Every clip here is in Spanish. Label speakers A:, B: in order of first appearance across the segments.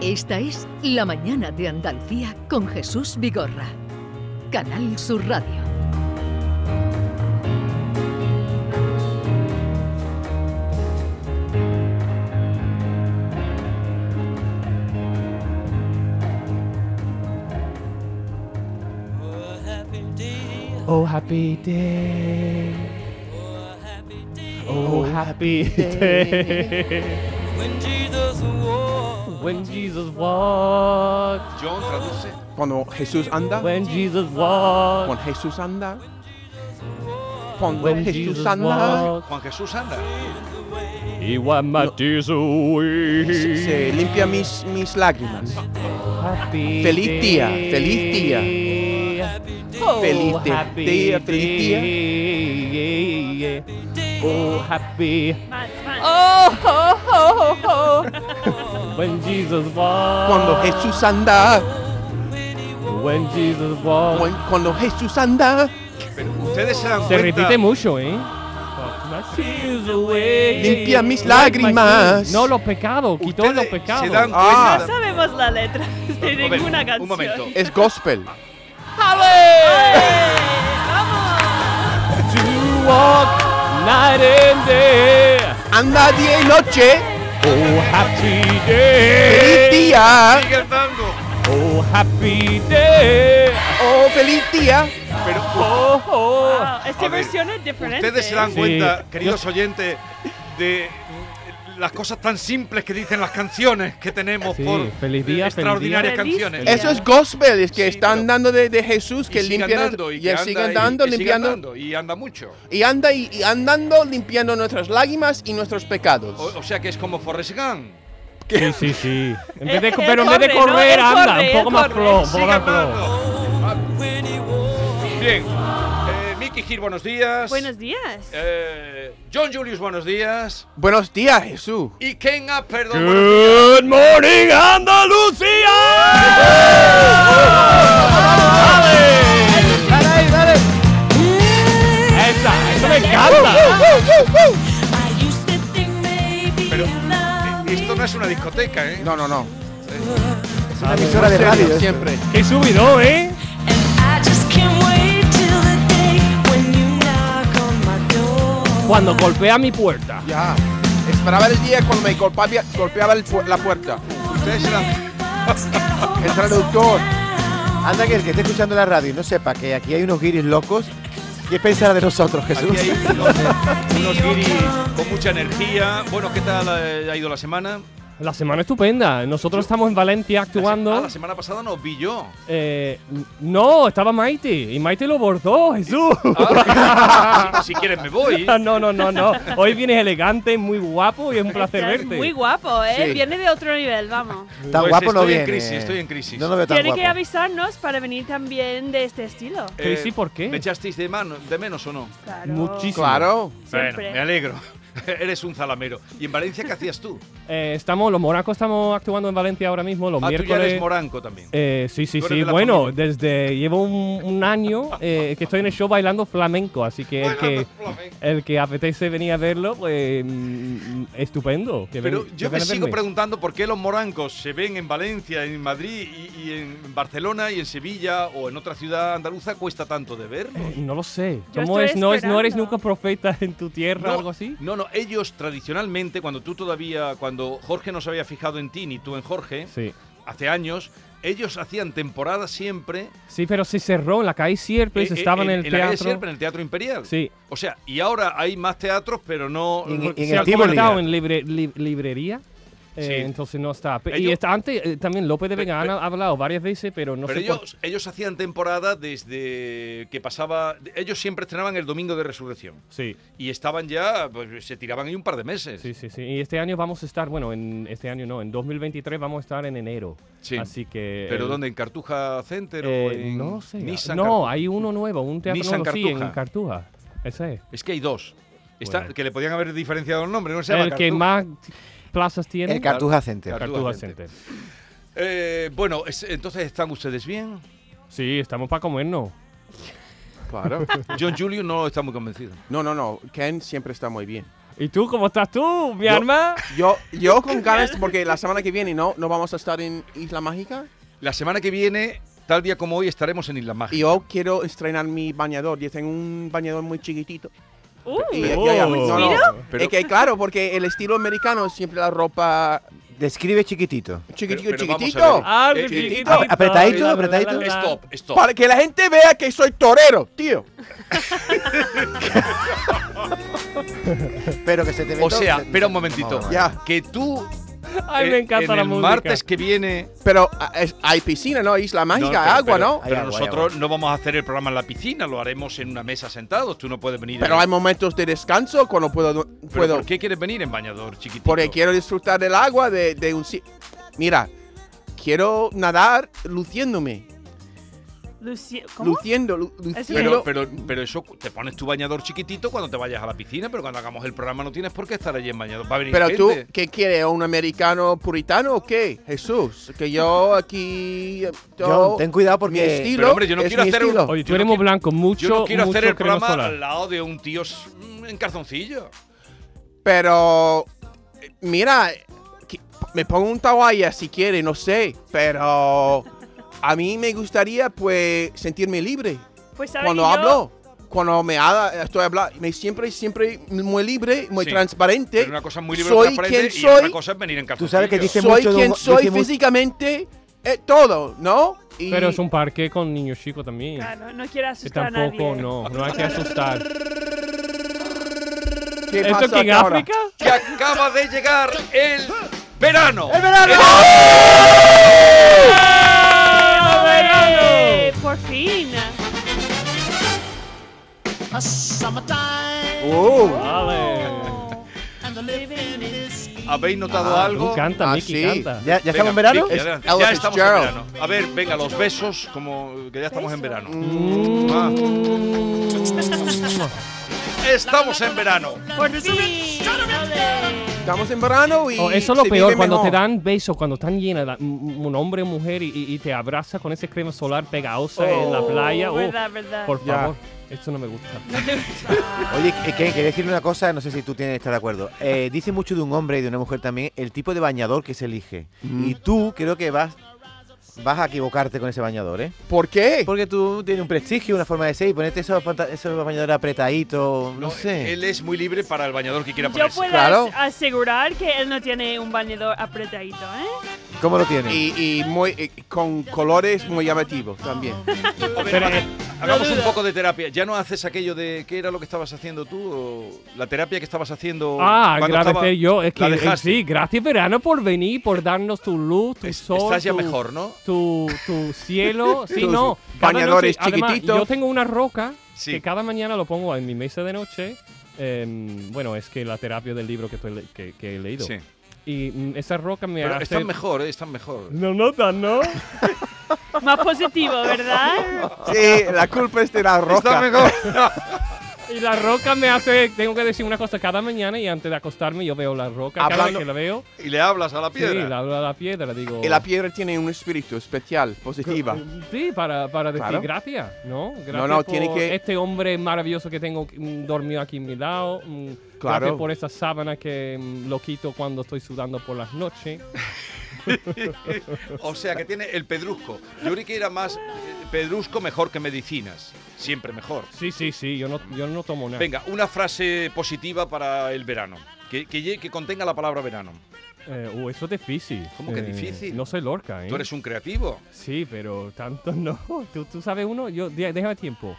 A: Esta es La Mañana de Andalucía con Jesús Vigorra. Canal Sur Radio.
B: Oh happy day. Oh happy day. When Jesus walked.
C: John traduce cuando Jesús anda,
B: When Jesus walked.
C: cuando Jesús anda, cuando
B: When
C: Jesús
B: Jesus
C: anda,
B: walked.
D: Juan Jesús anda.
B: He wiped my tears
C: se,
B: away.
C: se limpia mis, mis lágrimas.
B: Happy
C: Feliz
B: day.
C: día, feliz día.
B: Oh,
C: Feliz de-
B: happy
C: día, feliz día.
B: day. Oh, happy.
C: Oh,
B: When Jesus walked.
D: Ah.
C: Cuando Jesús anda,
B: When Jesus walked.
C: cuen- cuando Jesús anda,
D: Pero ustedes se dan
B: Se
D: cuenta.
B: repite mucho, ¿eh?
C: Limpia mis lágrimas.
B: No, los pecados, quitó
D: ustedes
B: los pecados.
D: Se dan
C: Ah.
D: cuenta.
E: sabemos la letra de
D: A ver,
E: ninguna canción.
D: Un momento.
C: es gospel.
E: ¡Eh! ¡Vamos!
B: To walk night and day.
C: Anda día y noche,
B: Oh, happy
D: Eh.
C: feliz
B: day.
C: día,
D: Sigue el tango.
B: Oh, happy day.
C: oh feliz día.
D: Pero
B: Oh, oh.
E: Wow, Esta
D: A ver,
E: versión es diferente.
D: ustedes se dan
B: Sí.
D: cuenta, queridos oyentes, de mm, las cosas tan simples que dicen las canciones que tenemos
B: Sí,
D: por
B: feliz día,
D: eh,
B: feliz
D: extraordinarias
E: día. Feliz
D: canciones.
B: día.
C: Eso es gospel, es que
D: Sí,
C: están
D: pero-
C: dando de, de Jesús que
D: y sigue
C: limpian
D: andando, y,
C: y
D: que
C: él
D: anda
C: sigue
D: y-
C: andando,
D: que sigue
C: limpiando
D: andando, y anda mucho.
C: y anda y, y andando limpiando nuestras lágrimas y nuestros pecados.
D: O, o sea que es como Forrest Gump.
B: Sí, sí, sí. En vez de,
E: Él- él
B: pero en vez de
E: corre, ¿no?
B: correr,
E: Él
B: anda.
E: corre,
B: un
E: él
B: poco más
E: corre.
B: flojo, un poco
D: Sigue
B: más flojo.
D: andando. Bien. Eh, Mickey Gil, buenos días.
E: Buenos días.
D: Eh, John Julius, buenos días.
C: Buenos días, Jesús.
D: Y Ken Up, perdón. buenos días.
B: Good morning, Andalucía.
C: Dale, ahí, dale.
B: Esa, eso me
E: Uh,
B: encanta.
D: Pero eh, esto no es una discoteca, ¿eh?
C: No, no, no.
D: es
B: Ah,
C: Emisora de radio ¿eh? siempre.
B: Qué subido, ¿eh? Cuando golpea mi puerta.
C: Ya. Esperaba el día cuando me golpeaba, golpeaba el pu- la puerta.
D: Ustedes se dan-
C: El traductor.
F: Anda que el que esté escuchando la radio y no sepa que aquí hay unos guiris locos, ¿qué pensará de nosotros, Jesús?
D: Aquí hay unos, unos guiris con mucha energía. Bueno, ¿qué tal eh, ha ido la semana?
B: La semana estupenda. Nosotros estamos en Valencia
D: Ah,
B: actuando.
D: la semana pasada nos vi yo.
B: Eh, no, estaba Maite. Y Maite lo bordó, Jesús.
D: Ah, si, si quieres me voy.
B: no, no, no, no. Hoy vienes elegante, muy guapo y es un placer
E: Estás
B: verte.
E: muy guapo, ¿eh?
C: Sí.
E: Viene de otro nivel, vamos.
F: Está
D: Pues
F: guapo o no
D: estoy
F: viene.
D: en crisis, estoy en crisis. Eh,
F: No lo veo tan
E: Tiene
F: guapo.
E: que avisarnos para venir también de este estilo.
D: Eh,
B: Crisis, ¿por qué?
D: ¿Me echasteis de, mano, de menos o no?
E: Claro.
B: Muchísimo.
C: Claro.
E: Siempre.
D: Bueno, me alegro. Eres un zalamero. ¿Y en Valencia qué hacías tú?
B: Eh, estamos, los moracos estamos actuando en Valencia ahora mismo, los
D: Ah, tú ya
B: miércoles.
D: eres moranco también.
B: Eh, sí, sí,
D: Tú eres
B: sí.
D: de la
B: Bueno,
D: familia. ¿eh?
B: desde llevo un, un año eh, que estoy en el show bailando flamenco, así que el que el que apetece venir a verlo, pues mm, estupendo. que
D: Pero
B: ven- que
D: yo me
B: ven a
D: sigo
B: verme.
D: preguntando por qué los morancos se ven en Valencia, en Madrid y, y en Barcelona y en Sevilla o en otra ciudad andaluza cuesta tanto de ver.
B: Eh, No lo sé.
E: Yo
B: ¿Cómo
E: estoy
B: es? No, es? ¿No eres
E: esperando.
B: nunca profeta en tu tierra o algo así?
D: No, no, ellos tradicionalmente, cuando tú todavía, cuando Jorge no se había fijado en ti ni tú en Jorge,
B: Sí.
D: hace años, ellos hacían temporada siempre.
B: Sí, pero se cerró en la calle Sierpes,
D: eh, eh,
B: estaba Pues en, el
D: la calle
B: teatro.
D: Sierpe, en el Teatro Imperial.
B: Sí.
D: O sea, y ahora hay más teatros, pero no.
F: Y en-
D: porque
F: y en
B: se
F: el
B: ha
F: Tivoli.
B: convertido en libre- li- librería. eh,
D: Sí.
B: Entonces no está. Pe- Y
D: Ellos-
B: está antes eh, también López de
D: Pe-
B: Vega
D: pe-
B: ha hablado varias veces, pero no
D: Pero
B: sé por-
D: ellos, ellos hacían temporada desde que pasaba. Ellos siempre estrenaban el domingo de resurrección.
B: Sí.
D: Y estaban ya. pues, se tiraban ahí un par de meses.
B: Sí, sí, sí. Y este año vamos a estar, bueno, en este año no, en 2023 vamos a estar en enero.
D: Sí.
B: Así que.
D: ¿Pero
B: eh,
D: dónde? ¿En Cartuja Center
B: eh,
D: o en
B: no lo sé.
D: Nissan
B: no,
D: Cartuja?
B: hay uno nuevo, un teatro
D: Nissan
B: nuevo, sí, en
D: Cartuja.
B: Cartuja. Ese es.
D: Es que hay dos. Está,
B: Bueno.
D: Que le podían haber diferenciado el nombre, no se llama
B: El que
D: Cartuja.
B: más plazas tiene.
F: El Cartuja Center.
D: Cartuja
B: Cartuja
D: Center.
B: Center.
D: Eh, bueno, es- entonces están ustedes bien.
B: Sí, estamos para comernos.
C: Claro.
D: John Julio no está muy convencido.
C: No, no, no. Ken siempre está muy bien.
B: ¿Y tú cómo estás tú, mi
C: Yo-
B: arma?
C: Yo, yo con ganas, porque la semana que viene no, no vamos a estar en Isla Mágica.
D: La semana que viene, tal día como hoy, estaremos en Isla
C: Y
D: Mágica.
C: yo quiero estrenar mi bañador. Yo tengo un bañador muy chiquitito.
E: Uh,
C: Y, y- y-
B: Oh.
C: no, no.
D: Pero-
C: es que claro, porque el estilo americano siempre la ropa
F: Describe chiquitito.
C: chiquitito,
D: Pero- pero vamos a
C: chiquitito.
D: ver.
B: Ah,
D: Eh, eh,
B: chiquitito.
F: ap- apretadito,
B: La, la, la,
F: apretadito.
B: la, la, la.
D: Stop, stop.
C: Para que la gente vea que soy torero, tío.
F: Pero que se te ve
D: O
F: todo-
D: sea,
F: se-
D: espera un momentito.
F: Vamos a ver.
C: Ya.
D: Que tú
B: Ay, me
D: eh,
B: encanta
D: en
B: la
D: el
B: música.
D: martes que viene.
C: Pero ah, es- hay piscina, ¿no? Isla Mágica,
D: pero-
C: agua,
D: pero-
C: ¿no?
F: Hay
D: Pero
F: agua, hay
D: nosotros no vamos a hacer el programa en la piscina, lo haremos en una mesa sentados. Tú no puedes venir.
C: Pero
D: en-
C: hay momentos de descanso cuando puedo.
D: ¿Pero
C: puedo
D: ¿Por qué quieres venir en bañador, chiquitito?
C: porque quiero disfrutar del agua de, de un sitio. Mira, quiero nadar luciéndome.
E: Luci- ¿Cómo?
C: Luciendo, lu-
E: Eso
C: luciendo.
D: Pero, pero, pero eso, te pones tu bañador chiquitito cuando te vayas a la piscina, pero cuando hagamos el programa no tienes por qué estar allí en bañador. Va a venir
C: Pero tú,
D: gente.
C: ¿qué quieres? ¿Un americano puritano o qué? Jesús, que yo aquí. eh, Yo,
F: John, ten cuidado porque.
C: mi estilo.
D: Pero, hombre, yo no
C: es
D: quiero
C: mi
D: hacer un-
C: estilo.
B: Oye, tú
D: Yo no
B: eres muy
D: quiero-
B: blanco, mucho,
D: Yo no quiero
B: mucho
D: hacer el
B: crema
D: programa
B: solar.
D: al lado de un tío mm, en calzoncillo.
C: Pero. eh, Mira, que- me pongo un tawaya si quiere, no sé. Pero. A mí me gustaría, pues, sentirme libre.
E: Pues ¿sabes
C: cuando
E: que yo-
C: hablo, cuando me habla, estoy hablando, me siempre, siempre muy libre, muy
D: Sí,
C: transparente.
D: Pero una cosa es muy libre
C: soy
D: transparente
C: quien
D: y
C: soy,
D: otra cosa es venir en calzoncillo.
F: Tú sabes que dice
C: soy
F: mucho de un-
C: quien soy
F: dice mu-
C: físicamente, eh, todo, ¿no? Y-
B: Pero es un parque con niños chicos también.
E: Claro, no quiero
B: Que
E: asustar a nadie.
B: tampoco, no, no hay que asustar.
C: ¿qué
B: ¿Esto
C: pasa
B: aquí en
C: ahora?
B: África?
D: que acaba de llegar el verano.
F: ¡El verano!
E: ¡Eh, Por fin.
G: A summertime
C: Uh,
B: Vale.
G: and the living is easy.
D: ¿Eh? ¿Habéis notado
F: Ah,
D: algo?
B: Canta,
C: Ah,
B: Miki,
C: sí.
B: canta.
F: ¿Ya, ya estamos en
D: Venga,
F: verano?
D: Vicky,
C: Es
D: adelante.
C: Elvis
D: ya estamos en
C: Fitzgerald.
D: verano. A ver, venga, los besos, como que ya estamos en verano. Ah. Estamos en verano.
E: Por fin. ole.
C: estamos en verano y
B: Oh, eso es lo
C: se
B: peor,
C: vive
B: cuando te
C: mejor.
B: dan besos, cuando están llenas, la- un un hombre o mujer y, y- y te abraza con ese crema solar pegajosa en la
E: Oh,
B: playa. Oh,
E: verdad, verdad.
B: por
C: Ya.
B: favor, esto no me gusta.
F: Oye, eh, Ken, quería decirle una cosa, no sé si tú tienes estar de acuerdo. Eh, dice mucho de un hombre y de una mujer también el tipo de bañador que se elige. Y tú creo que vas vas a equivocarte con ese bañador, ¿eh?
C: ¿Por qué?
F: Porque tú tienes un prestigio, una forma de ser y ponerte esos, panta- esos bañadores apretaditos, no,
D: No,
F: sé.
D: Él es muy libre para el bañador que quiera
E: Yo
D: ponerse.
E: puedo
C: Claro.
E: as- asegurar que él no tiene un bañador apretadito, ¿eh?
F: ¿Cómo lo tienes?
C: Y, y muy, y con colores muy llamativos también.
D: A ver,
B: Pero,
D: ha-
B: eh,
D: hagamos
E: no
D: un
E: duda.
D: poco de terapia. ¿Ya no haces aquello de qué era lo que estabas haciendo tú? o la terapia que estabas haciendo.
B: Ah,
D: Oh, cuando
B: agradecer
D: estaba-
B: yo. Es que
D: la
B: eh,
D: dejaste.
B: sí, gracias verano por venir, por darnos tu luz, tu
D: Es-
B: sol.
D: Estás ya
B: tu,
D: mejor, ¿no?
B: Tu, tu cielo. Sí,
C: Tus
B: no. cada
C: bañadores
B: noche- además,
C: chiquititos.
B: yo tengo una roca
D: Sí.
B: que cada mañana lo pongo en mi mesa de noche. Em, bueno, es que la terapia del libro que, estoy le- que, que he leído.
D: Sí.
B: Y mm, esa roca me
D: Pero
B: hace...
D: estás mejor, eh, estás mejor.
B: No notas, ¿no?
E: Más positivo, ¿verdad?
C: sí, la culpa es de la
D: Estás
C: roca.
D: mejor.
B: Y la roca me hace, tengo que decir una cosa cada mañana y antes de acostarme yo veo la roca. Cada vez
C: Hablando-
B: que la veo,
D: y le hablas a la
B: sí,
D: piedra.
B: le hablo a la piedra, digo...
C: Y la piedra tiene un espíritu especial, positiva.
B: Sí, para, para decir
C: Claro.
B: gracias, ¿no? Gracias
C: No, no,
B: por
C: tiene que-
B: este hombre maravilloso que tengo mm, dormido aquí a mi lado. mm,
C: Claro.
B: Gracias por esa sábana que mm, lo quito cuando estoy sudando por las noches.
D: O sea que tiene el pedrusco. Yo creí que era más eh, pedrusco mejor que medicinas. Siempre mejor.
B: Sí, sí, sí, yo no, yo no tomo nada.
D: Venga, una frase positiva para el verano. Que, que, lle- que contenga la palabra verano.
B: Eh, uh, eso es difícil.
D: ¿Cómo que
B: Eh,
D: difícil?
B: No soy Lorca, ¿eh?
D: Tú eres un creativo.
B: Sí, pero tanto no. Tú, tú sabes uno, yo, dé- déjame tiempo.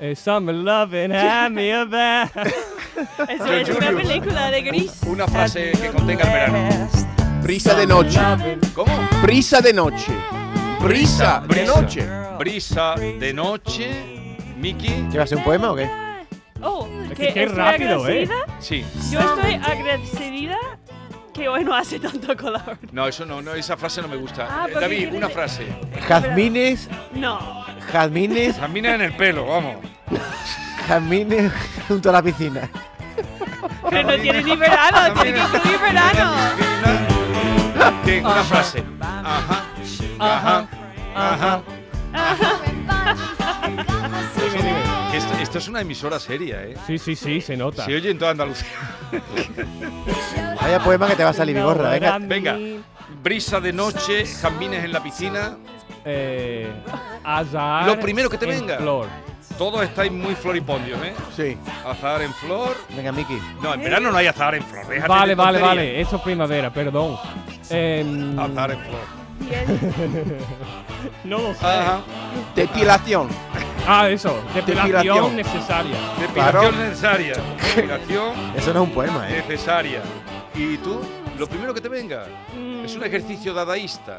B: Eh, summer loving, hand me a back.
E: Eso es una película de gris.
D: Una frase que contenga el verano.
C: Brisa de noche.
D: ¿Cómo?
C: Brisa de noche. Brisa de
D: Brisa.
C: noche.
D: Brisa de noche. Miki.
F: ¿Qué va a ser un poema o qué?
E: Oh,
B: Es que
E: que
B: qué
E: estoy
B: rápido, ¿eh?
E: agradecida.
D: Sí.
E: Yo estoy agradecida que hoy no hace tanto calor.
D: No, eso no, no, esa frase no me gusta.
E: Ah,
D: Eh,
E: porque
D: David,
E: quiere-
D: una frase.
F: Jazmines,
E: No.
F: jazmines,
D: Camina en el pelo, vamos.
F: jazmines junto a la piscina.
E: Pero no tiene ni verano, tiene que incluir verano.
D: ¿Qué? Una frase. Ajá. Ajá. Ajá.
H: Everybody got a
D: Que esto, esto es una emisora seria, ¿eh?
B: Sí, sí, sí, se nota.
D: Se oye en toda Andalucía.
F: Vaya poema que te va a salir, Bigorra. Venga,
D: Venga. Brisa de noche, jambines en la piscina.
B: Eh, azahar
D: Lo primero que te
B: en
D: venga.
B: flor.
D: Todos estáis muy floripondios, ¿eh?
C: Sí.
D: Azahar en flor.
F: venga, Miki.
D: No, en verano no hay azahar en flor. déjate
B: Vale,
D: de
B: vale,
D: tonterías.
B: vale. Eso es primavera, perdón. Em,
D: Azahar en flor.
B: no lo sé.
D: Ajá.
C: Destilación.
B: Ah, eso. Depilación
C: Depilación.
B: necesaria.
D: Depilación
C: Claro.
D: necesaria. Depilación
F: Eso no es un poema, ¿eh?
D: necesaria. ¿Y tú? Lo primero que te venga. Es
E: Mm.
D: un ejercicio dadaísta.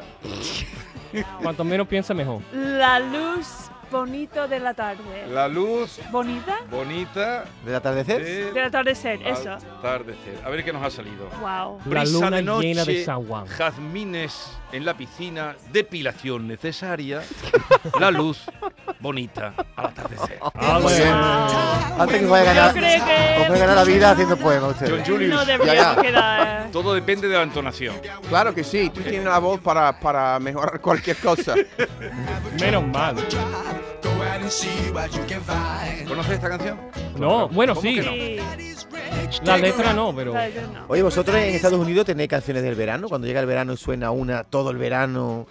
B: Cuanto menos piensa, mejor.
E: La luz bonito de la tarde.
D: La luz
E: ¿Bonita?
D: bonita
F: ¿Del atardecer?
D: de-
E: Del atardecer, eso.
D: Atardecer. A ver qué nos ha salido.
E: Wow.
B: La
D: Brisa
B: luna
D: de noche,
B: llena de San Juan.
D: Jazmines en la piscina, depilación necesaria, la luz bonita al atardecer.
B: Ah,
F: Muy bien. Antes que os vaya
E: Yo
F: a ganar,
E: creo
F: os vaya a
E: que
F: ganar la vida haciendo poemas
D: John
F: ustedes.
D: Julius.
E: no deberíamos
C: ya.
E: quedar.
D: Todo depende de la entonación.
C: Claro que sí, tú tienes la voz para, para mejorar cualquier cosa.
B: Menos mal.
D: ¿Conoces esta canción?
B: No, bueno,
D: ¿Cómo
B: sí.
D: que no?
E: Sí.
B: La letra no, pero.
E: La letra no.
F: Oye, vosotros en Estados Unidos tenéis canciones del verano. Cuando llega el verano y suena una todo el verano.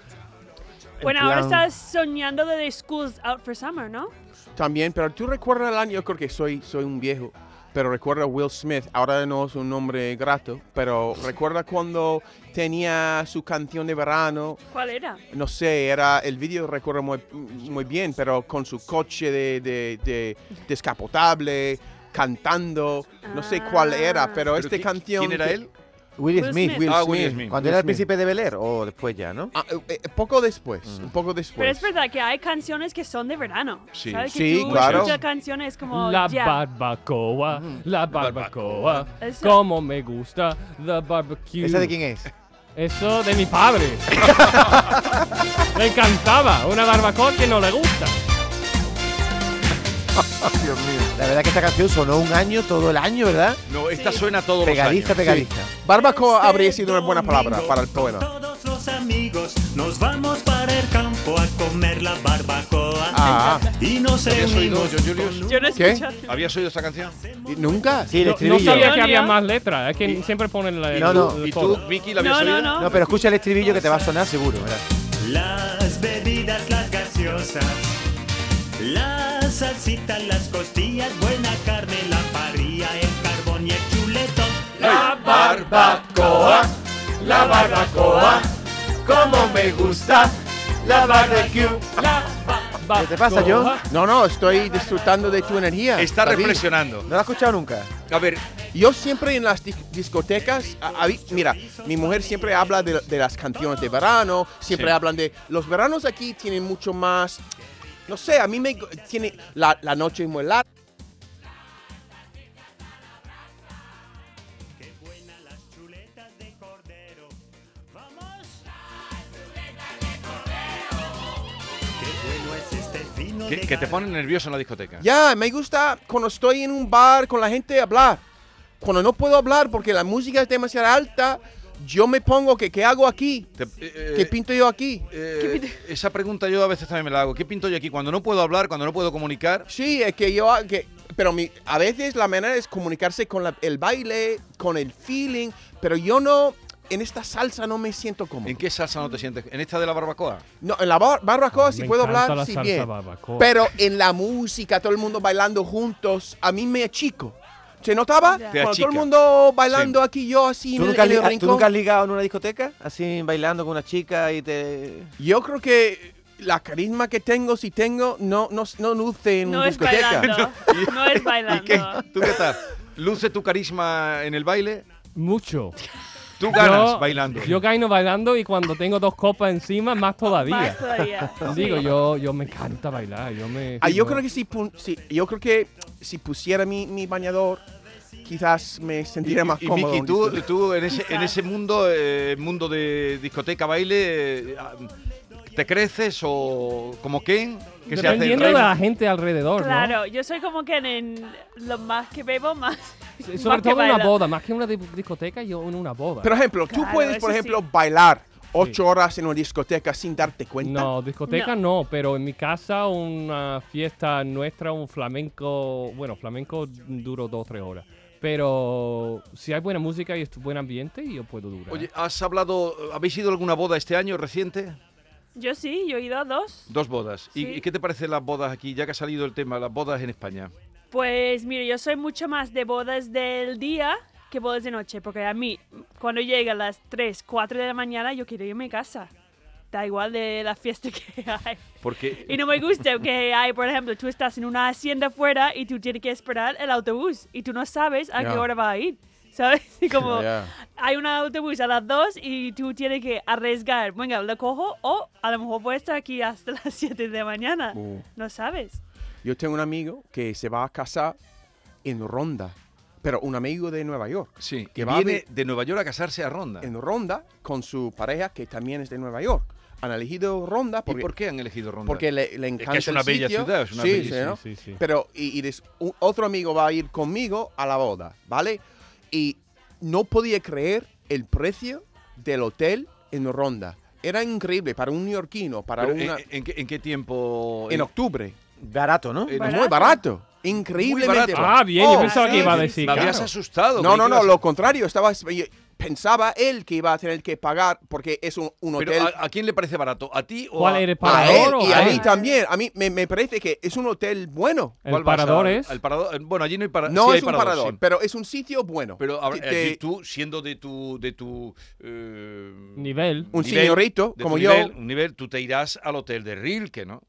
F: En
E: Bueno, ahora
F: plan-
E: estás soñando de Schools Out for Summer, ¿no?
C: También, pero tú recuerdas el año, yo creo que soy, soy un viejo, pero recuerda a Will Smith, ahora no es un nombre grato, pero recuerda cuando tenía su canción de verano,
E: ¿Cuál era?
C: no sé, era el vídeo recuerdo muy, muy bien, pero con su coche de, de- de- descapotable, cantando, no sé cuál era, pero,
D: ¿Pero
F: este
C: esta
D: qui-
C: canción...
D: ¿Quién era
C: que-
D: él?
F: Ah. Will
E: Will
F: Smith.
E: Smith.
C: Will
D: ah,
C: Smith.
D: Will Smith.
F: Cuando era el príncipe de Bel Air o después ya, ¿no?
C: Ah, eh, eh, poco
D: Mm.
C: después, un poco después.
E: Pero es verdad que hay canciones que son de verano.
D: Sí.
E: ¿sabes? Que
C: Pues- Sí,
E: tú
C: claro.
E: escuchas canciones como
B: La
E: Oh, ya.
B: barbacoa, la barbacoa,
E: Eso-
B: como me gusta, the barbecue.
F: ¿Esa de quién es?
B: Eso de mi padre. le encantaba una barbacoa que no le gusta.
F: La verdad que esta canción sonó un año, todo el año, ¿verdad?
D: No, esta suena todos
F: Pegadiza,
D: los años.
F: pegadiza. este
C: Barbacoa habría sido una buena palabra para el poema.
H: Todos los amigos nos vamos para el campo a comer la barbacoa
C: Ah,
H: y nos
D: ¿Habías oído,
H: reunimos.
D: John Julius?
E: Yo no he
C: ¿Qué?
E: escuchado.
D: ¿Habías oído esta canción?
C: ¿y ¿nunca?
F: Sí, el
B: No, no
F: estribillo.
B: sabía que había
E: Antonio.
B: más letras. Es que siempre ponen la.
F: No, no.
B: el- el
D: ¿Y tú,
B: coro.
D: Vicky, la habías
E: No, no,
D: oído?
E: no.
F: No, pero escucha el estribillo que te va a sonar seguro, ¿verdad?
H: Las bebidas, las gaseosas, las salsitas, las costillas, buena carne, la parrilla, el carbón y el chuleto.
B: La barbacoa, la barbacoa, como me gusta, la barbecue, la barbacoa.
F: ¿Qué te pasa, John?
C: No, no, estoy disfrutando de tu energía.
D: Está
C: David.
D: reflexionando.
F: No la has escuchado nunca.
D: A ver,
C: Yo siempre en las dis- discotecas, a- a- mira, mi mujer siempre habla de, de las canciones de verano, siempre
D: Sí.
C: hablan de los veranos aquí tienen mucho más, no sé, a mí me gu- tiene la, la noche es muy larga.
D: que, que te pone nervioso en la discoteca.
C: Ya, me gusta cuando estoy en un bar con la gente hablar. Cuando no puedo hablar porque la música es demasiado alta, yo me pongo que qué hago aquí,
D: Te- eh,
C: qué pinto yo aquí.
D: eh, esa pregunta yo a veces también me la hago. ¿Qué pinto yo aquí? Cuando no puedo hablar, cuando no puedo comunicar.
C: Sí, es que yo, ah, que, pero mi, a veces la manera es comunicarse con la- el baile, con el feeling, pero yo no, en esta salsa no me siento cómodo.
D: ¿En qué salsa no te sientes? ¿En esta de la barbacoa?
C: No, en la bar- barbacoa sí
B: Me
C: puedo
B: encanta
C: hablar,
B: la
C: sí
B: salsa
C: bien,
B: barbacoa.
C: pero en la música, todo el mundo bailando juntos, a mí me achico. ¿Se notaba?
E: Ya.
C: Cuando
D: Te
C: todo el
D: achica.
C: bailando bailando aquí, yo así en,
F: ¿Tú
C: el-
F: nunca, has
C: en el
F: liga- tú
C: rincón.
F: nunca has ligado en una discoteca? Así bailando con una chica y te.
C: Yo creo que la carisma que tengo, si tengo, no, no, no luce en
E: No es
C: discoteca.
E: bailando. No es
D: ¿Y qué?
E: bailando.
D: ¿Tú qué tal? ¿Luce tu carisma en el baile?
B: Mucho.
D: Tú ganas
B: Yo-
D: bailando.
B: Yo gano bailando y cuando tengo dos copas encima, más todavía.
E: Más todavía.
B: Digo, yo, yo me encanta bailar. Yo, me,
C: Ah, yo creo que si, pu- si- yo creo que si pusiera mi, mi bañador, quizás me sentiría más
D: y
C: cómodo.
D: Miki,
C: en
D: tú,
C: discoteca.
D: tú en, ese, en
E: Quizás.
D: ese mundo, eh, mundo de discoteca, baile, eh, ah, ¿te creces o como Ken? Que se hace el
B: Dependiendo de la
D: rey?
B: gente alrededor,
E: Claro, yo soy como que en, en lo más que bebo, más.
B: ¿no?
E: más
B: Sobre
E: que
B: todo en una
E: bailo.
B: boda. Más que en una di- discoteca, yo en una boda.
C: Por ejemplo, tú
E: Claro,
C: puedes,
E: eso
C: por ejemplo,
E: sí.
C: bailar ocho horas en una discoteca sin darte cuenta.
B: No, discoteca no. pero en mi casa una fiesta nuestra, un flamenco, bueno, flamenco duró dos, tres horas. Pero si hay buena música y est- buen ambiente, yo puedo durar.
D: Oye, ¿has hablado, habéis ido a alguna boda este año reciente?
E: Yo sí, yo he ido a dos.
D: Dos bodas. ¿Y-
E: Sí.
D: ¿Y qué te parecen las bodas aquí, ya que ha salido el tema, las bodas en España?
E: Pues mire, yo soy mucho más de bodas del día que bodas de noche, porque a mí, cuando llega a las 3, 4 de la mañana, yo quiero irme a mi casa. Da igual de la fiesta que hay.
D: Porque
E: Y no me gusta que hay, por ejemplo, tú estás en una hacienda afuera y tú tienes que esperar el autobús y tú no sabes a qué
C: Ya.
E: hora va a ir. ¿Sabes? Y como
C: Ya.
E: hay un autobús a las 2 y tú tienes que arriesgar, venga, lo cojo o a lo mejor voy a estar aquí hasta las 7 de la mañana.
C: Uh.
E: No sabes.
C: Yo tengo un amigo que se va a casar en Ronda, pero un amigo de Nueva York.
D: sí, que
C: Que va a
D: viene
C: ver-
D: de Nueva York a casarse a Ronda.
C: En Ronda con su pareja que también es de Nueva York. Han elegido Ronda
D: ¿Y
C: porque,
D: por qué han elegido Ronda?
C: porque le, le encanta
D: es una
C: el
D: bella
C: sitio.
D: ciudad, es una
C: Sí,
D: bella-
C: sí,
D: sí,
C: ¿no?
B: sí, sí.
C: Pero y, y des- un- otro amigo va a ir conmigo a la boda, ¿vale? Y no podía creer el precio del hotel en Ronda. Era increíble para un neoyorquino, para
D: Pero, eh,
C: una...
D: ¿en, en qué, en qué tiempo?
C: en octubre.
F: Barato, ¿no?
D: Eh,
C: Muy
E: Barato.
C: barato. Increíblemente.
D: barato.
B: Ah, bien, yo
C: Oh,
B: pensaba que
E: sí,
B: iba a
E: sí,
B: decir.
D: me habías
B: claro.
D: asustado.
C: No,
D: creí
C: no,
D: que
C: no,
D: ibas-
C: lo contrario. Estaba, pensaba él que iba a tener que pagar porque es un, un
D: Pero, ah,
C: hotel.
D: ¿a, a quién le parece barato? ¿A ti o
B: ¿Cuál
D: a-
B: eres
D: a-
C: a
B: parador
C: él
B: o
C: y
B: a
D: ¿eh?
C: a mí
B: él?
C: también. A mí me, me parece que es un hotel bueno.
B: El
D: cuál vas a-
B: parador es.
D: al parado- eh, bueno, allí no hay parador.
C: No es
D: hay
C: un parador,
D: sí.
C: pero es un sitio bueno.
D: Pero ahora,
C: Que-
D: eh, tú, siendo de tu. De tu eh,
B: Nivel.
C: Un señorito,
D: de
C: como
D: tu
C: yo.
D: nivel- un nivel, tú te irás al hotel de Rilke, ¿no?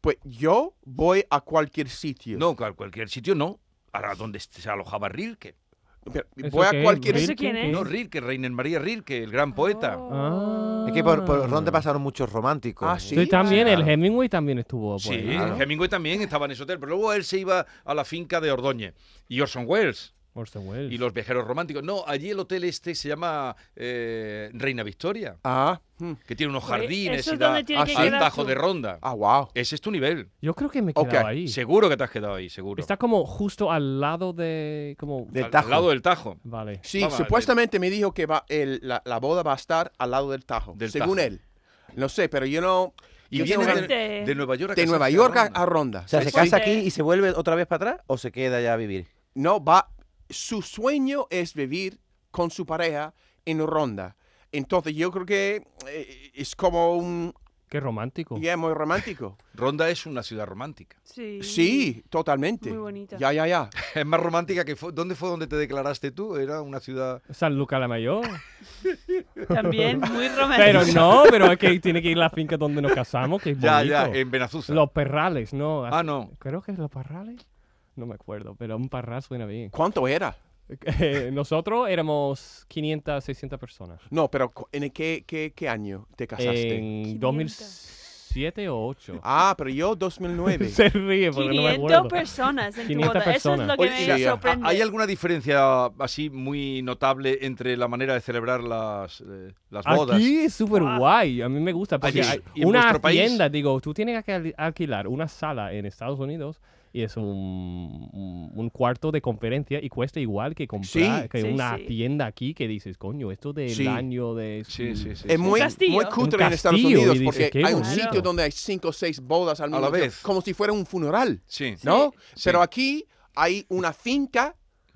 C: Pues yo voy a cualquier sitio.
D: No, a cualquier sitio no. A donde se alojaba Rilke.
C: Pero
B: ¿Eso
C: voy
B: qué
C: a
B: es?
C: cualquier
E: ¿Eso
B: ¿Rilke?
E: quién
B: ¿Qué
E: es?
D: No, Rilke, Reiner María Rilke, el
C: Oh.
D: gran poeta.
B: Ah.
F: Es que por, por Ronda pasaron muchos románticos.
C: Ah, sí.
B: Sí, también
F: claro.
B: el Hemingway también estuvo.
C: Pues
B: por
D: Sí,
B: ahí, ¿no?
D: Hemingway también estaba en ese hotel, pero luego él se iba a la finca de Ordóñez y Orson Welles
B: Orson Welles.
D: y los viajeros románticos. No, allí el hotel este se llama eh, Reina Victoria,
C: Ah, hmm.
D: que tiene unos
E: Oye,
D: jardines
E: eso
D: y
E: es
D: da
E: donde tiene
C: que
D: al
C: quedar
D: Tajo
E: tú.
D: de Ronda.
C: ah, wow.
D: Ese es tu nivel.
B: Yo creo que me he
C: Ok,
B: quedado ahí.
D: Seguro que te has quedado ahí, seguro.
B: Está como justo al lado de. Como,
F: Del
D: al,
F: Tajo.
D: al lado del Tajo.
B: Vale.
C: Sí,
D: Vamos a ver.
C: supuestamente me dijo que va el- la, la boda va a estar al lado del Tajo,
D: Del
C: según
D: Tajo.
C: él. No sé, pero yo no.
D: Y
C: yo
D: viene
C: tengo
D: de,
C: ganas-
E: gente-
D: de Nueva York. a
C: de Nueva
D: casarse a
C: York a,
D: Ronda.
C: a Ronda.
F: O sea, ¿se
C: Sí.
F: casa
E: Sí.
F: aquí y se vuelve otra vez para atrás o se queda ya a vivir?
C: No, va. Su sueño es vivir con su pareja en Ronda. Entonces yo creo que eh, es como un.
B: Qué romántico.
F: Oh.
C: Ya, muy romántico.
D: Ronda es una ciudad romántica.
E: Sí.
C: Sí, totalmente.
E: Muy bonita.
C: Ya, ya, ya.
D: Es más romántica que... fue- ¿Dónde fue donde te declaraste tú? Era una ciudad...
B: San Luca la Mayor.
E: También muy romántico.
B: Pero no, pero es que tiene que ir a la finca donde nos casamos, que es
D: Ya,
B: bonito.
D: ya, en Benazuza.
B: Los perrales, ¿no?
D: Ah, no.
B: Creo que es los perrales. No me acuerdo, pero un parral suena bien.
C: ¿Cuánto era?
B: Eh, Nosotros éramos 500, 600 personas.
C: No, pero cu- ¿en qué, qué, qué año te casaste?
B: En
E: 500.
B: 2007 o 8.
C: Ah, pero yo 2009.
B: Se ríe porque no me
E: 500
B: acuerdo.
E: personas en
B: 500
E: tu boda. Eso es
B: personas.
E: lo que
C: Oye,
E: me
C: sí,
E: sorprende.
D: ¿Ha- Ah, ¿Hay alguna diferencia así muy notable entre la manera de celebrar las, eh, las bodas?
B: Aquí es súper
E: Ah.
B: guay, a mí me gusta. Porque
D: Allí,
B: hay
D: ¿y en
B: una
D: vuestro país?
B: tienda, digo, tú tienes que al- alquilar una sala en Estados Unidos y es un, un- un cuarto de conferencia y cuesta igual que comprar
C: Sí.
B: que
E: Sí,
B: una
E: sí.
B: tienda aquí que dices, coño, esto del
C: Sí.
B: año de... mm,
D: Sí, sí, sí.
C: Es muy,
E: castillo.
C: muy cutre en
B: Un
C: Estados
B: castillo,
C: Unidos
B: y dices,
C: porque
B: qué
C: hay un
E: bonito.
C: sitio donde hay cinco o seis bodas al
D: la
C: mismo tiempo,
D: vez.
C: como si fuera un funeral,
D: Sí.
C: ¿no?
D: Sí.
C: Pero aquí hay una finca,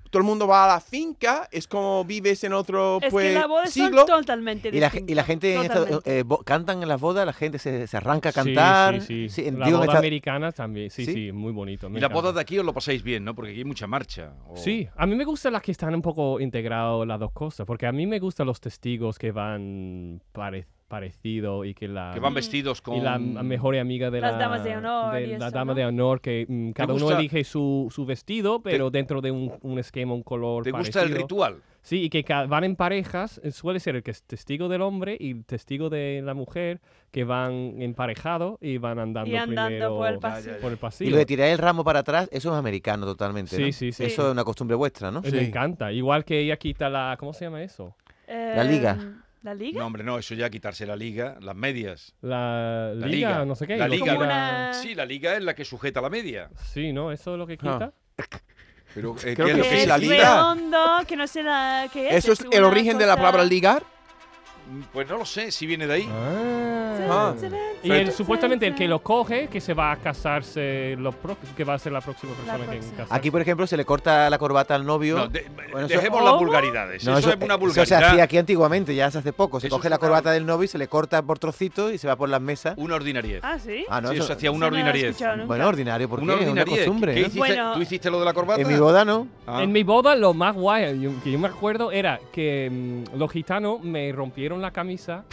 C: todo el mundo va a la finca, es como vives en otro
E: es
C: pues,
E: que la boda son
C: siglo.
E: totalmente
F: Y la, ge- y la gente en Estados-
E: Unidos.
F: eh, bo- cantan en las bodas, la gente se, se arranca a
B: Sí,
F: cantar.
B: Sí, sí,
F: Sí, en-
B: La
F: digo, en
B: boda
F: esta-
B: americana también, sí,
F: ¿Sí?
B: sí, muy bonito. me
D: Y las
B: encanta.
D: bodas de aquí os lo pasáis bien, ¿no? Porque aquí hay mucha marcha. o-
B: Sí, a mí me gustan las que están un poco integradas las dos cosas, porque a mí me gustan los testigos que van pare- parecido y que la...
D: Que van vestidos con...
B: Y la m- mejor amiga de
E: Las
B: la,
E: damas de honor
B: de
E: y
B: la
E: eso,
B: dama
E: ¿no?
B: de honor, que mm, cada uno
D: gusta-
B: elige su, su vestido, pero dentro de un, un esquema, un color.
D: ¿Te gusta el
B: parecido.
D: ritual?
B: Sí, y que ca- van en parejas. eh, Suele ser el que es testigo del hombre y el testigo de la mujer, que van emparejados y van andando,
E: Y andando por
B: primero
E: el pasillo.
B: por el
F: Y
B: pasillo.
F: lo de tirar el ramo para atrás, eso es americano totalmente.
B: Sí,
F: ¿no?
B: sí, sí.
F: Eso es una costumbre vuestra, ¿no?
B: Eh, Me encanta. Igual que ella quita la. ¿Cómo se llama eso?
F: La liga.
E: Eh, ¿La liga?
D: No, hombre, no. Eso ya quitarse la liga, las medias.
B: La,
D: La
B: liga,
D: liga.
B: no sé qué.
D: La
B: y lo
D: liga.
E: Como
B: tira-
E: una-
D: Sí, la liga es la que sujeta la media.
B: Sí, ¿no? Eso es lo
D: Ah.
B: que quita.
D: Pero, eh,
C: Creo
D: ¿qué es
C: que
D: lo
E: Que
C: sí,
E: es
C: la liga.
E: redondo, que no sé la, qué es.
C: Eso es
E: es
C: el
E: una
C: origen de la
E: cosa-
C: palabra ligar.
D: Mm, Pues no lo sé si viene de ahí.
B: Ah. Y el- supuestamente el que lo coge, que se va a casarse, los pro- que va a ser la próxima persona que
E: próxima.
B: casarse.
F: Aquí, por ejemplo, se le corta la corbata al novio.
D: No, de-
F: Bueno, eso-
D: dejemos
E: ¿Cómo?
D: las vulgaridades.
F: No,
D: eso, es una
F: eso se
D: vulgaridad.
F: hacía aquí antiguamente, ya se hace poco. Se
D: Eso
F: coge
D: es
F: la
D: una-
F: corbata del novio y se le corta por trocitos y se va por las mesas.
D: Una ordinariez.
E: Ah, sí.
F: Ah, no,
D: Sí,
F: eso-
D: eso se hacía
E: Eso
D: una
E: no lo he
D: ordinariez.
E: escuchado nunca.
F: Bueno, ordinario, porque
D: Una
F: es una
D: ordinariez.
F: costumbre.
D: ¿Qué
F: ¿no?
D: hiciste?
E: Bueno.
D: ¿Tú hiciste lo de la corbata?
F: En mi boda no.
D: Ah.
B: En mi boda lo más guay yo- que yo me acuerdo era que mm, los gitanos me rompieron la camisa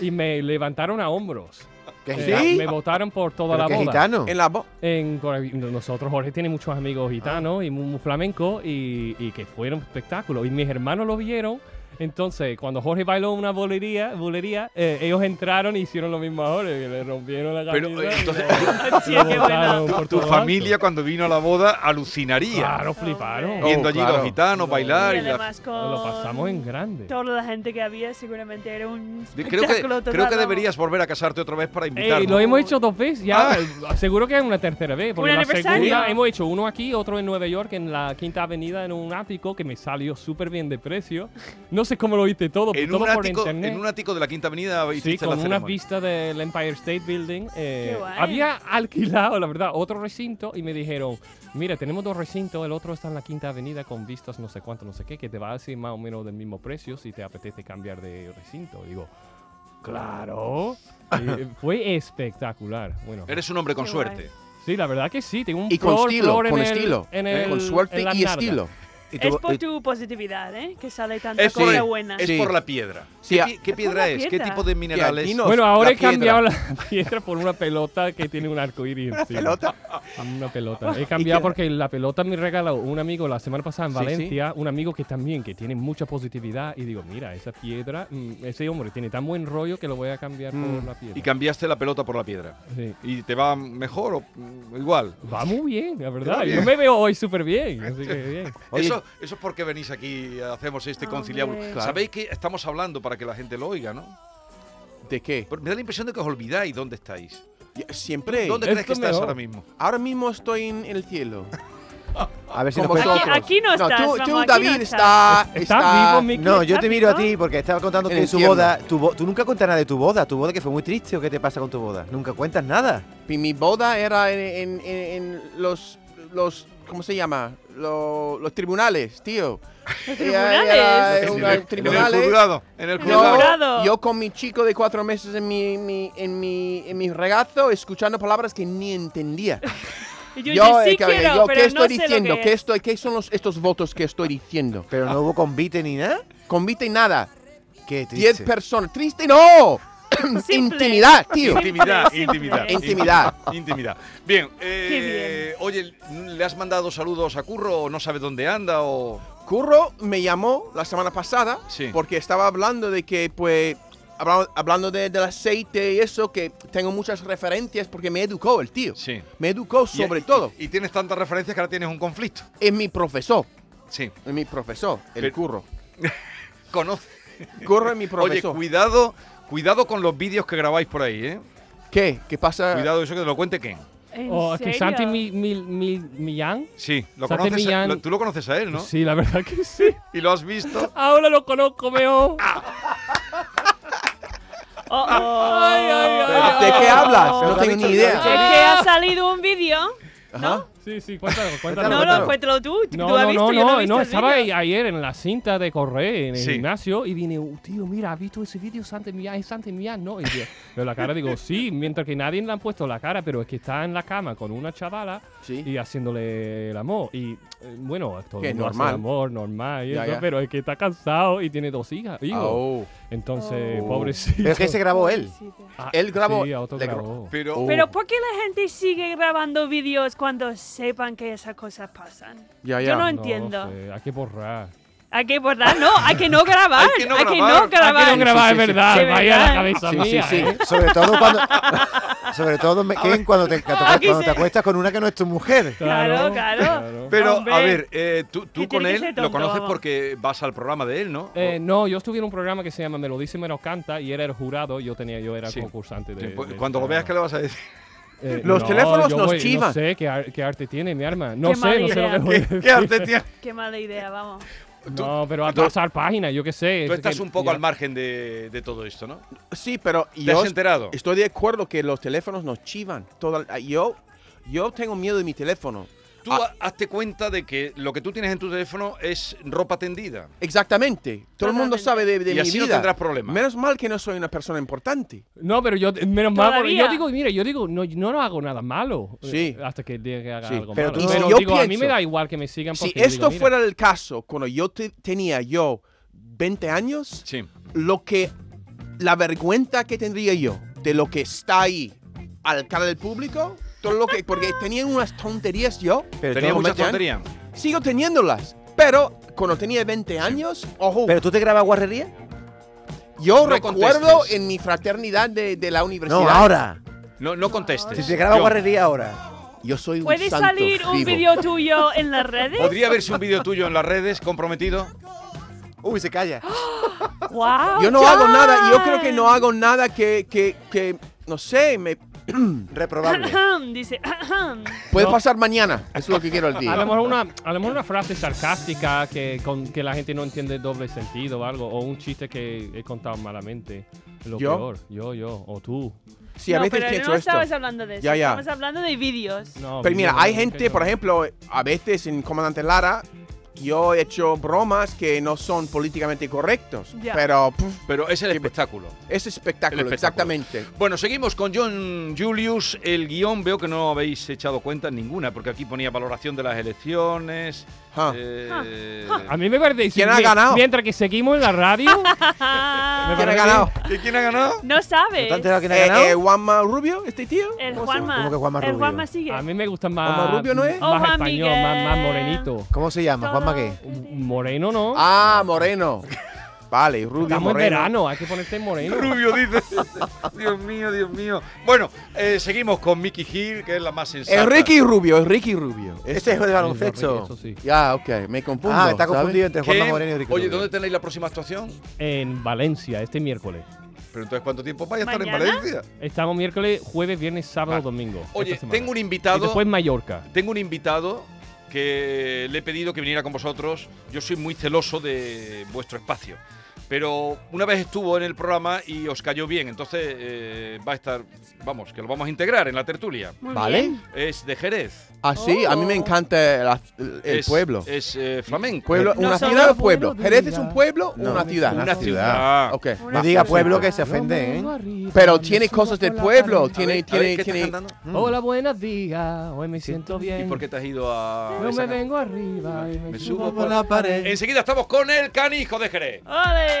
B: y me levantaron a hombros.
F: ¿Qué
B: Eh,
F: gitano?
B: Me votaron por toda
F: ¿Pero
B: la
F: qué
B: boda.
F: gitano?
C: En la voz.
B: En Corabi- nosotros, Jorge tiene muchos amigos
D: Ah.
B: gitanos y muy, muy flamencos y, y que fueron espectáculos. Y mis hermanos lo vieron. Entonces, cuando Jorge bailó una bolería, bolería eh, ellos entraron y hicieron lo mismo a Jorge, que le rompieron la
D: Pero,
B: camisa.
D: eh,
B: y
D: entonces,
B: lo-
E: Hostia,
B: lo
E: qué
B: botaron
E: bueno.
B: por
D: tu
B: todo alto.
D: familia cuando vino a la boda alucinaría.
B: Claro, fliparon.
D: Viendo
C: Oh,
D: allí
C: claro.
D: los gitanos bailar.
E: Y
D: y la-
E: además con
B: Lo pasamos en grande.
E: toda la gente que había, seguramente era un
D: De- Creo que,
E: espectáculo
D: creo que
E: total,
D: deberías volver a casarte otra vez para
B: Ey,
D: invitarnos.
B: Eh, lo hemos hecho dos veces, ya
D: Ah.
B: seguro que es una tercera vez, porque
E: Un
B: la
E: aniversario.
B: segunda hemos hecho uno aquí, otro en Nueva York, en la Quinta Avenida, en un ático que me salió súper bien de precio. No sé cómo lo viste todo,
D: en,
B: todo
D: un
B: por
D: ático,
B: internet.
D: en un ático de la Quinta Avenida
B: Sí,
D: hiciste la
B: con unas
D: ceremonia.
B: vistas del Empire State Building. eh,
E: Qué guay.
B: había alquilado, la verdad, otro recinto y me dijeron, mira, tenemos dos recintos, el otro está en la Quinta Avenida con vistas no sé cuánto, no sé qué, que te va a decir más o menos del mismo precio si te apetece cambiar de recinto. Digo, claro. Y, eh, fue espectacular. Bueno,
D: Eres un hombre con
E: Qué
D: suerte.
B: sí, la verdad que sí, tengo un
C: Y con
B: flor-
C: estilo,
B: flor en
C: con
B: el-
C: estilo.
B: en
C: ¿eh?
B: el-
C: Con
B: en
C: suerte
B: la
C: y
B: narda.
C: estilo.
F: Y tu-
E: Es por
F: y-
E: tu positividad, ¿eh? Que sale tanta
D: Es por,
E: cosa
D: el-
E: buena.
D: es
C: Sí.
D: por la piedra.
C: Sí,
D: ¿Qué,
C: a-
D: pi- qué
E: Es por
D: piedra
E: la
D: es? ¿Qué
E: piedra.
D: tipo de minerales?
C: Y a ti no-
B: Bueno,
C: La
B: ahora he
C: piedra.
B: cambiado la piedra por una pelota que tiene un arco iris. ¿Una pelota? Una pelota. He cambiado porque la pelota me regaló un amigo la semana pasada en
C: Sí, sí.
B: Valencia, un amigo que también que tiene mucha positividad y digo, mira, esa piedra, mm, ese hombre tiene tan buen rollo que lo voy a cambiar por la piedra.
D: Y cambiaste la pelota por la piedra.
B: Sí.
D: ¿Y te va mejor o mm, igual?
B: Va muy bien, la verdad. Yo me veo hoy súper bien, así que bien.
F: Oye-
D: eso, eso es porque venís aquí y hacemos este
E: Ah, Hombre.
D: conciliábulo.
E: Claro.
D: Sabéis que estamos hablando para que la gente lo oiga, ¿no?
C: ¿De qué?
D: Pero me da la impresión de que os olvidáis dónde estáis.
C: Siempre.
D: ¿Dónde
B: Esto
D: crees que
B: me
D: estás
B: da-
D: ahora mismo?
C: Ahora mismo estoy en el cielo.
F: A ver si
C: Con
F: nos cuenta-
C: vosotros.
E: aquí no estás,
C: tú,
E: vamos,
C: tú,
E: aquí no
C: David,
E: estás.
C: está,
B: ¿Estás vivo, Miki?
F: No, yo te miro a
E: tráfico?
F: ti porque estaba contando
C: En
F: que
C: el
F: su
C: infierno.
F: boda. Tu bo- tú nunca cuentas nada de tu boda. Tu boda que fue muy triste o qué te pasa con tu boda. Nunca cuentas nada.
C: Mi- Mi boda era en, en- en- en los, los. ¿Cómo se llama? Lo- los tribunales, tío.
E: Los
C: Era-
E: tribunales.
C: era
D: En
C: una-
D: el- en el,
C: tribunales.
D: juzgado. En el
E: No.
D: juzgado.
E: jurado.
C: yo con mi chico de cuatro meses en mi, mi- en mi, en mi regazo, escuchando palabras que ni entendía.
E: Y yo, yo sí
C: eh, que-
E: quiero,
C: yo,
E: pero
C: ¿qué estoy
E: no sé
C: diciendo?
E: lo que
C: ¿Qué,
E: es.
C: estoy, ¿Qué son los, estos votos que estoy diciendo?
F: Pero
D: Ah.
F: no hubo convite ni nada.
C: Convite y nada.
F: Qué triste.
C: Diez personas. Triste no.
E: Simple.
C: Intimidad, tío.
D: Intimidad,
E: Simple,
D: intimidad.
E: simple.
C: Intimidad.
D: Intimidad. Bien, eh,
E: Qué
D: oye, ¿le has mandado saludos a Curro o no sabe dónde anda o...?
C: Curro me llamó la semana pasada
D: Sí.
C: porque estaba hablando de que, pues, habla- hablando de- del aceite y eso, que tengo muchas referencias porque me educó el tío.
D: Sí.
C: Me educó
D: Y-
C: sobre
D: y-
C: todo.
D: Y, tienes tantas referencias que ahora tienes un conflicto.
C: Es mi profesor.
D: Sí.
C: Es mi profesor, el
D: Pero-
C: curro.
D: Conoce.
C: Curro es mi
D: Oye,
C: profesor.
D: cuidado, cuidado con los vídeos que grabáis por ahí, ¿eh?
C: ¿Qué? ¿Qué pasa?
D: Cuidado eso que te lo cuente Ken.
E: ¿En
B: O Oh, que
E: serio?
B: Santi Mi- Mi- Mi- Millán.
D: Sí, lo
B: Santi
D: conoces, a-
B: Millán.
D: lo- tú lo conoces a él, ¿no?
B: Sí, la verdad que sí.
D: Y lo has visto.
B: Ahora lo conozco mejor.
E: Oh, oh.
B: Ay, ay, ay,
C: ¿De
B: ay.
C: qué hablas? No
F: Lo que ha
C: tengo
F: dicho-
C: ni
E: Es que
C: idea.
E: ha salido un vídeo.
C: Ajá.
B: Sí, sí, cuéntalo, cuéntalo.
E: No,
B: cuéntalo.
E: no, cuéntalo tú. tú
B: No,
E: lo has
B: no,
E: visto,
B: no,
E: yo no,
B: no,
E: he visto
B: no,
E: el
B: estaba
E: vídeo.
B: ahí ayer en la cinta de correr en el
D: Sí.
B: gimnasio y viene, "Uh, tío, mira, ¿has visto ese vídeo Santi Millán? Es Santi Millán, ¿no? Y yo, pero la cara digo, sí, mientras que nadie le han puesto la cara, pero es que está en la cama con una chavala
C: Sí.
B: y haciéndole el amor. Y eh, bueno, todo
C: Que
B: el
C: es
B: mundo hace
C: normal.
B: el amor, normal, y
C: Ya,
B: eso,
C: ya.
B: pero es que está cansado y tiene dos hijas, hijos.
C: Oh.
B: Entonces,
C: Oh.
B: pobrecito.
F: Pero es que se grabó él.
B: Ah,
C: Él grabó-
B: Sí, auto
C: le gra-
B: grabó.
D: Pero
C: Oh.
E: Pero ¿por qué la gente sigue grabando vídeos cuando sepan que esas cosas pasan?
C: Ya,
E: Yo no
C: ya.
B: No
E: entiendo.
B: sé, hay que borrar.
E: Hay que borrar, no, hay que no grabar.
D: Hay que no
E: hay que
D: grabar.
E: no grabar.
B: Hay que no grabar, es
C: sí, sí.
B: verdad.
E: De
B: Vaya la
E: verdad.
B: cabeza
C: Sí, sí,
B: mía.
C: sí.
B: ¿eh?
F: Sobre todo cuando. sobre todo, me- Ken, cuando, te,
E: Aquí
F: cuando te
E: se-
F: acuestas con una que no es tu mujer.
E: Claro, claro.
D: Pero,
E: Hombre.
D: a ver, eh, tú, tú
E: Que
D: con
E: tiene que
D: él
E: ser
D: lo
E: tonto,
D: conoces
E: vamos.
D: porque vas al programa de él, ¿no?
B: Eh, no, yo estuve en un programa que se llama Me lo dice, me lo canta y él era el jurado, yo tenía, yo era
D: Sí.
B: concursante de,
D: Sí, pues,
B: de
D: Cuando
B: ese
D: lo veas, ¿qué
B: programa.
D: le vas a decir?
B: Eh,
C: Los teléfonos
B: yo
C: nos
B: voy- No
C: chivan.
B: sé qué, ar- qué arte tiene mi arma. No
E: Qué
B: sé,
E: mala
B: no sé lo
E: idea.
B: que voy a
D: ¿Qué,
B: decir.
D: qué arte tiene?
E: Qué mala idea, vamos.
C: tú-
B: No, pero a
D: tú-
B: pasar página, yo qué sé.
D: Tú
B: es
D: estás
B: que
D: un poco
B: ya-
D: al margen de, de todo esto, ¿no?
C: Sí, pero
D: ¿Te has enterado?
C: estoy de acuerdo que los teléfonos nos chivan. Toda- yo, yo tengo miedo de mi teléfono.
D: Tú
C: Ah.
D: ha- hazte cuenta de que lo que tú tienes en tu teléfono es ropa tendida.
C: Exactamente. Todo el mundo
E: Totalmente.
C: sabe de, de
D: Y
C: mi
D: así no
C: vida.
D: tendrás problemas.
C: Menos mal que no soy una persona importante.
B: No, pero yo, menos mal, porque yo
E: Todavía.
B: digo, mira, yo digo, no, yo no hago nada malo.
C: Sí.
B: eh, Hasta que el día que haga
C: Sí,
B: algo
F: pero
B: malo.
F: tú-
B: pero
C: yo
B: digo, a mí
C: pienso-
B: me da igual que me sigan
C: Si
B: porque yo digo,
C: esto
B: mira,
C: fuera el caso, cuando yo te- tenía yo 20 años,
D: Sí.
C: lo que la vergüenza que tendría yo de lo que está ahí al cara del público, todo lo que porque tenía unas tonterías yo,
F: Pero
D: Tenía
F: tú,
C: mucho-
D: mucha
C: metían.
D: tontería.
C: sigo teniéndolas, pero cuando tenía 20 años, ojo,
F: ¿Pero tú te grabas guarrería?
C: yo
D: no
C: recuerdo
D: contestes.
C: en mi fraternidad de, de la universidad,
F: No, ahora.
D: No, no contestes.
F: Si se graba
D: Yo-
F: guarrería ahora.
C: yo soy un
E: ¿Puede
C: santo
E: salir un
C: vivo.
E: vídeo tuyo en las redes?
D: ¿Podría verse un vídeo tuyo en las redes comprometido?
F: Uy, se calla.
E: ¡Wow!
C: Yo no hago nada, yo creo que no hago nada que que, que no sé, me
F: Reprobable.
E: Dice.
C: puede
B: No.
C: pasar mañana, es lo que quiero al
B: A lo
C: día.
B: mejor una, a lo mejor una frase sarcástica que, con, que la gente no entiende doble sentido o algo, o un chiste que he contado malamente. Lo
C: ¿Yo?
B: peor, yo, yo, o tú.
C: Sí, a
E: no,
C: veces
E: pero
C: pienso
E: no
C: esto.
E: estabas hablando de eso.
C: Ya, ya.
E: Estamos hablando de vídeos.
B: No,
C: Pero mira,
B: yo-
C: hay
B: yo-
C: gente,
B: yo-
C: por ejemplo, a veces en Comandante Lara, yo he hecho bromas que no son políticamente correctos,
E: Ya.
C: pero puf,
D: Pero es el
C: Sí,
D: espectáculo.
C: es espectáculo,
D: El espectáculo. Eh,
C: exactamente.
D: Bueno, seguimos con John Julius. El guión veo que no habéis echado cuenta ninguna, porque aquí ponía valoración de las elecciones.
C: Ah.
D: eh,
B: A mí me parece.
C: ¿Quién ha
B: mi-
C: ganado?
B: Mientras que seguimos en la radio.
E: Ah,
B: Me
C: ¿Quién ha
B: parece-
C: ganado?
D: ¿que ¿Quién ha ganado?
E: no
F: ¿No te
E: sabes.
F: has enterado quién ha
C: Eh,
F: ganado?
C: eh, Juanma Rubio, este tío?
E: El
C: ¿Cómo se llama?
E: Juanma.
F: ¿Cómo que Juanma
E: el
F: Rubio?
E: Juanma sigue.
B: A mí me gusta
C: ¿Omar
B: más.
C: Rubio no es?
E: Oh,
B: Más
E: Juan
B: español, más, más
E: Miguel.
B: morenito.
F: ¿Cómo se llama? ¿Juanma qué?
B: Moreno no.
C: Ah, Moreno. Vale, Rubio
B: Estamos en
C: Moreno.
B: verano, hay que ponerte moreno.
D: Rubio dice. Dios mío, Dios mío. Bueno, eh, seguimos con Mickey Hill, que es la más sensata.
C: Enrique Rubio, Enrique Este. Rubio.
F: Ese Este es de
B: Eso
F: baloncesto.
B: sí.
C: Ya, ok, um me confundo.
F: Ah, está
C: ¿sabes?
F: confundido entre Juanma
D: ¿Qué?
F: Moreno y Enrique
D: Oye,
F: Rubio.
D: ¿dónde tenéis la próxima actuación?
B: En Valencia, este miércoles.
D: Pero entonces, ¿cuánto tiempo vais a estar en
E: ¿Mañana?
D: Valencia?
B: Estamos miércoles, jueves, viernes, sábado,
C: Ah.
D: Vale.
B: domingo.
D: Oye,
B: esta semana.
D: tengo un
B: Y
D: invitado.
B: después Mallorca.
D: Tengo un invitado que le he pedido que viniera con vosotros. Yo soy muy celoso de vuestro espacio. Pero una vez estuvo en el programa y os cayó bien, entonces eh, va a estar, vamos, que lo vamos a integrar en la tertulia.
E: Muy
C: Vale.
E: bien.
D: Es de Jerez.
C: Ah, sí, a mí me encanta la- el,
D: Oh. es,
C: pueblo.
D: Es eh, flamenco.
C: Pueblo,
E: No
C: una
E: somos
C: ciudad o
B: pueblo
C: pueblo.
B: de
C: Jerez es
B: vida.
C: un pueblo o
F: No,
C: una ciudad.
D: Una ciudad.
C: Ok.
F: No
E: Una
F: diga
E: frase.
F: pueblo que se ofende, ¿eh?
C: Pero tiene cosas del pueblo, tiene,
D: A ver,
C: tiene,
D: ¿qué estás
C: tiene.
D: cantando?
B: Hola, buenos días. Hoy me siento bien.
D: ¿Y por qué te has ido a.?
B: Yo
D: esa
B: me
D: can-
B: vengo arriba y me,
D: Me
B: subo
D: subo
B: por
F: la pared.
D: Enseguida estamos con el canijo de Jerez.
E: ¡Ole!